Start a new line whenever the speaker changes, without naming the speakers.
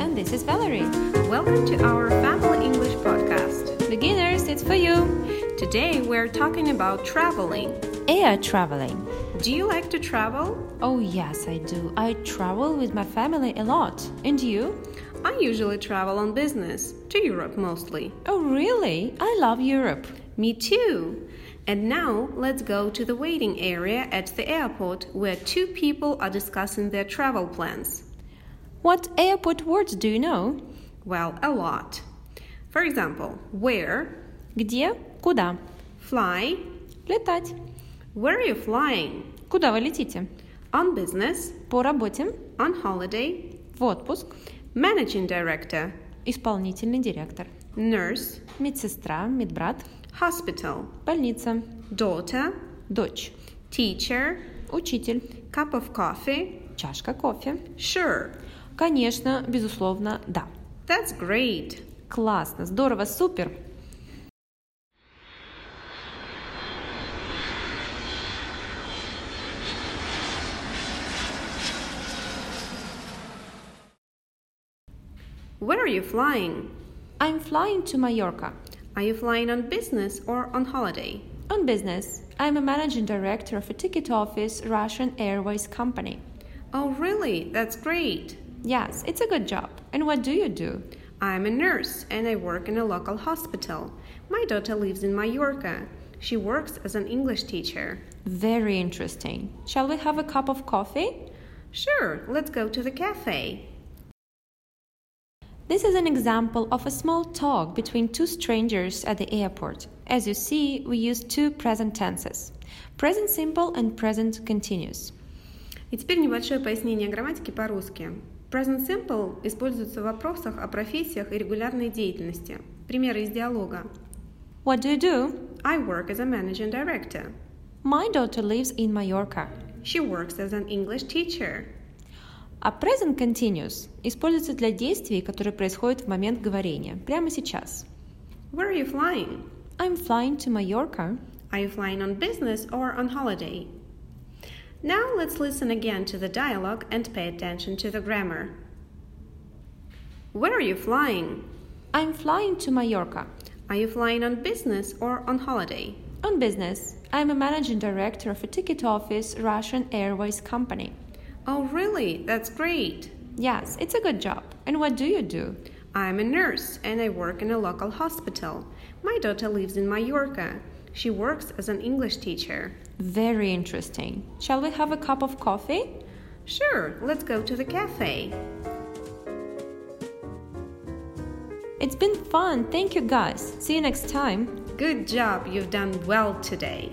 Valerie.
Welcome to our Family English podcast.
Beginners, it's for you.
Today we're talking about traveling.
Air traveling.
Do you like to travel?
Oh, yes, I do. I travel with my family a lot. And you?
I usually travel on business, to Europe mostly.
Oh, really? I love Europe.
Me too. And now let's go to the waiting area at the airport where two people are discussing their travel plans.
What airport words do you know?
Well, a lot. For example, where,
Где? Куда?
fly,
Летать.
where are you flying?
Куда вы летите?
On business,
По работе.
on holiday,
В отпуск.
managing director,
Исполнительный директор.
nurse,
Медсестра, медбрат.
hospital,
Больница.
daughter,
Дочь.
teacher,
Учитель.
cup of coffee,
Чашка кофе.
sure.
Конечно, безусловно, да.
That's great.
Классно, здорово, супер.
Where are you flying?
I'm flying to Mallorca.
Are you flying on business or on holiday?
On business, I'm a managing director of a ticket office Russian Airways company.
Oh, really? That's great.
Yes, it's a good job. And what do you do?
I'm a nurse and I work in a local hospital. My daughter lives in Mallorca. She works as an English teacher.
Very interesting. Shall we have a cup of coffee?
Sure, let's go to the cafe.
This is an example of a small talk between two strangers at the airport. As you see, we use two present tenses present simple and present continuous.
И теперь небольшое пояснение грамматики по-русски. Present simple используется в вопросах о профессиях и регулярной деятельности. Примеры из диалога.
What do you do?
I work as a managing director.
My daughter lives in Mallorca.
She works as an English teacher.
А present continuous используется для действий, которые происходят в момент говорения, прямо сейчас.
Where are you flying?
I'm flying to Mallorca.
Are you flying on business or on holiday? Now let's listen again to the dialogue and pay attention to the grammar. Where are you flying?
I'm flying to Mallorca.
Are you flying on business or on holiday?
On business, I'm a managing director of a ticket office Russian Airways company.
Oh, really? That's great.
Yes, it's a good job. And what do you do?
I'm a nurse and I work in a local hospital. My daughter lives in Mallorca. She works as an English teacher.
Very interesting. Shall we have a cup of coffee?
Sure, let's go to the cafe.
It's been fun. Thank you guys. See you next time.
Good job, you've done well today.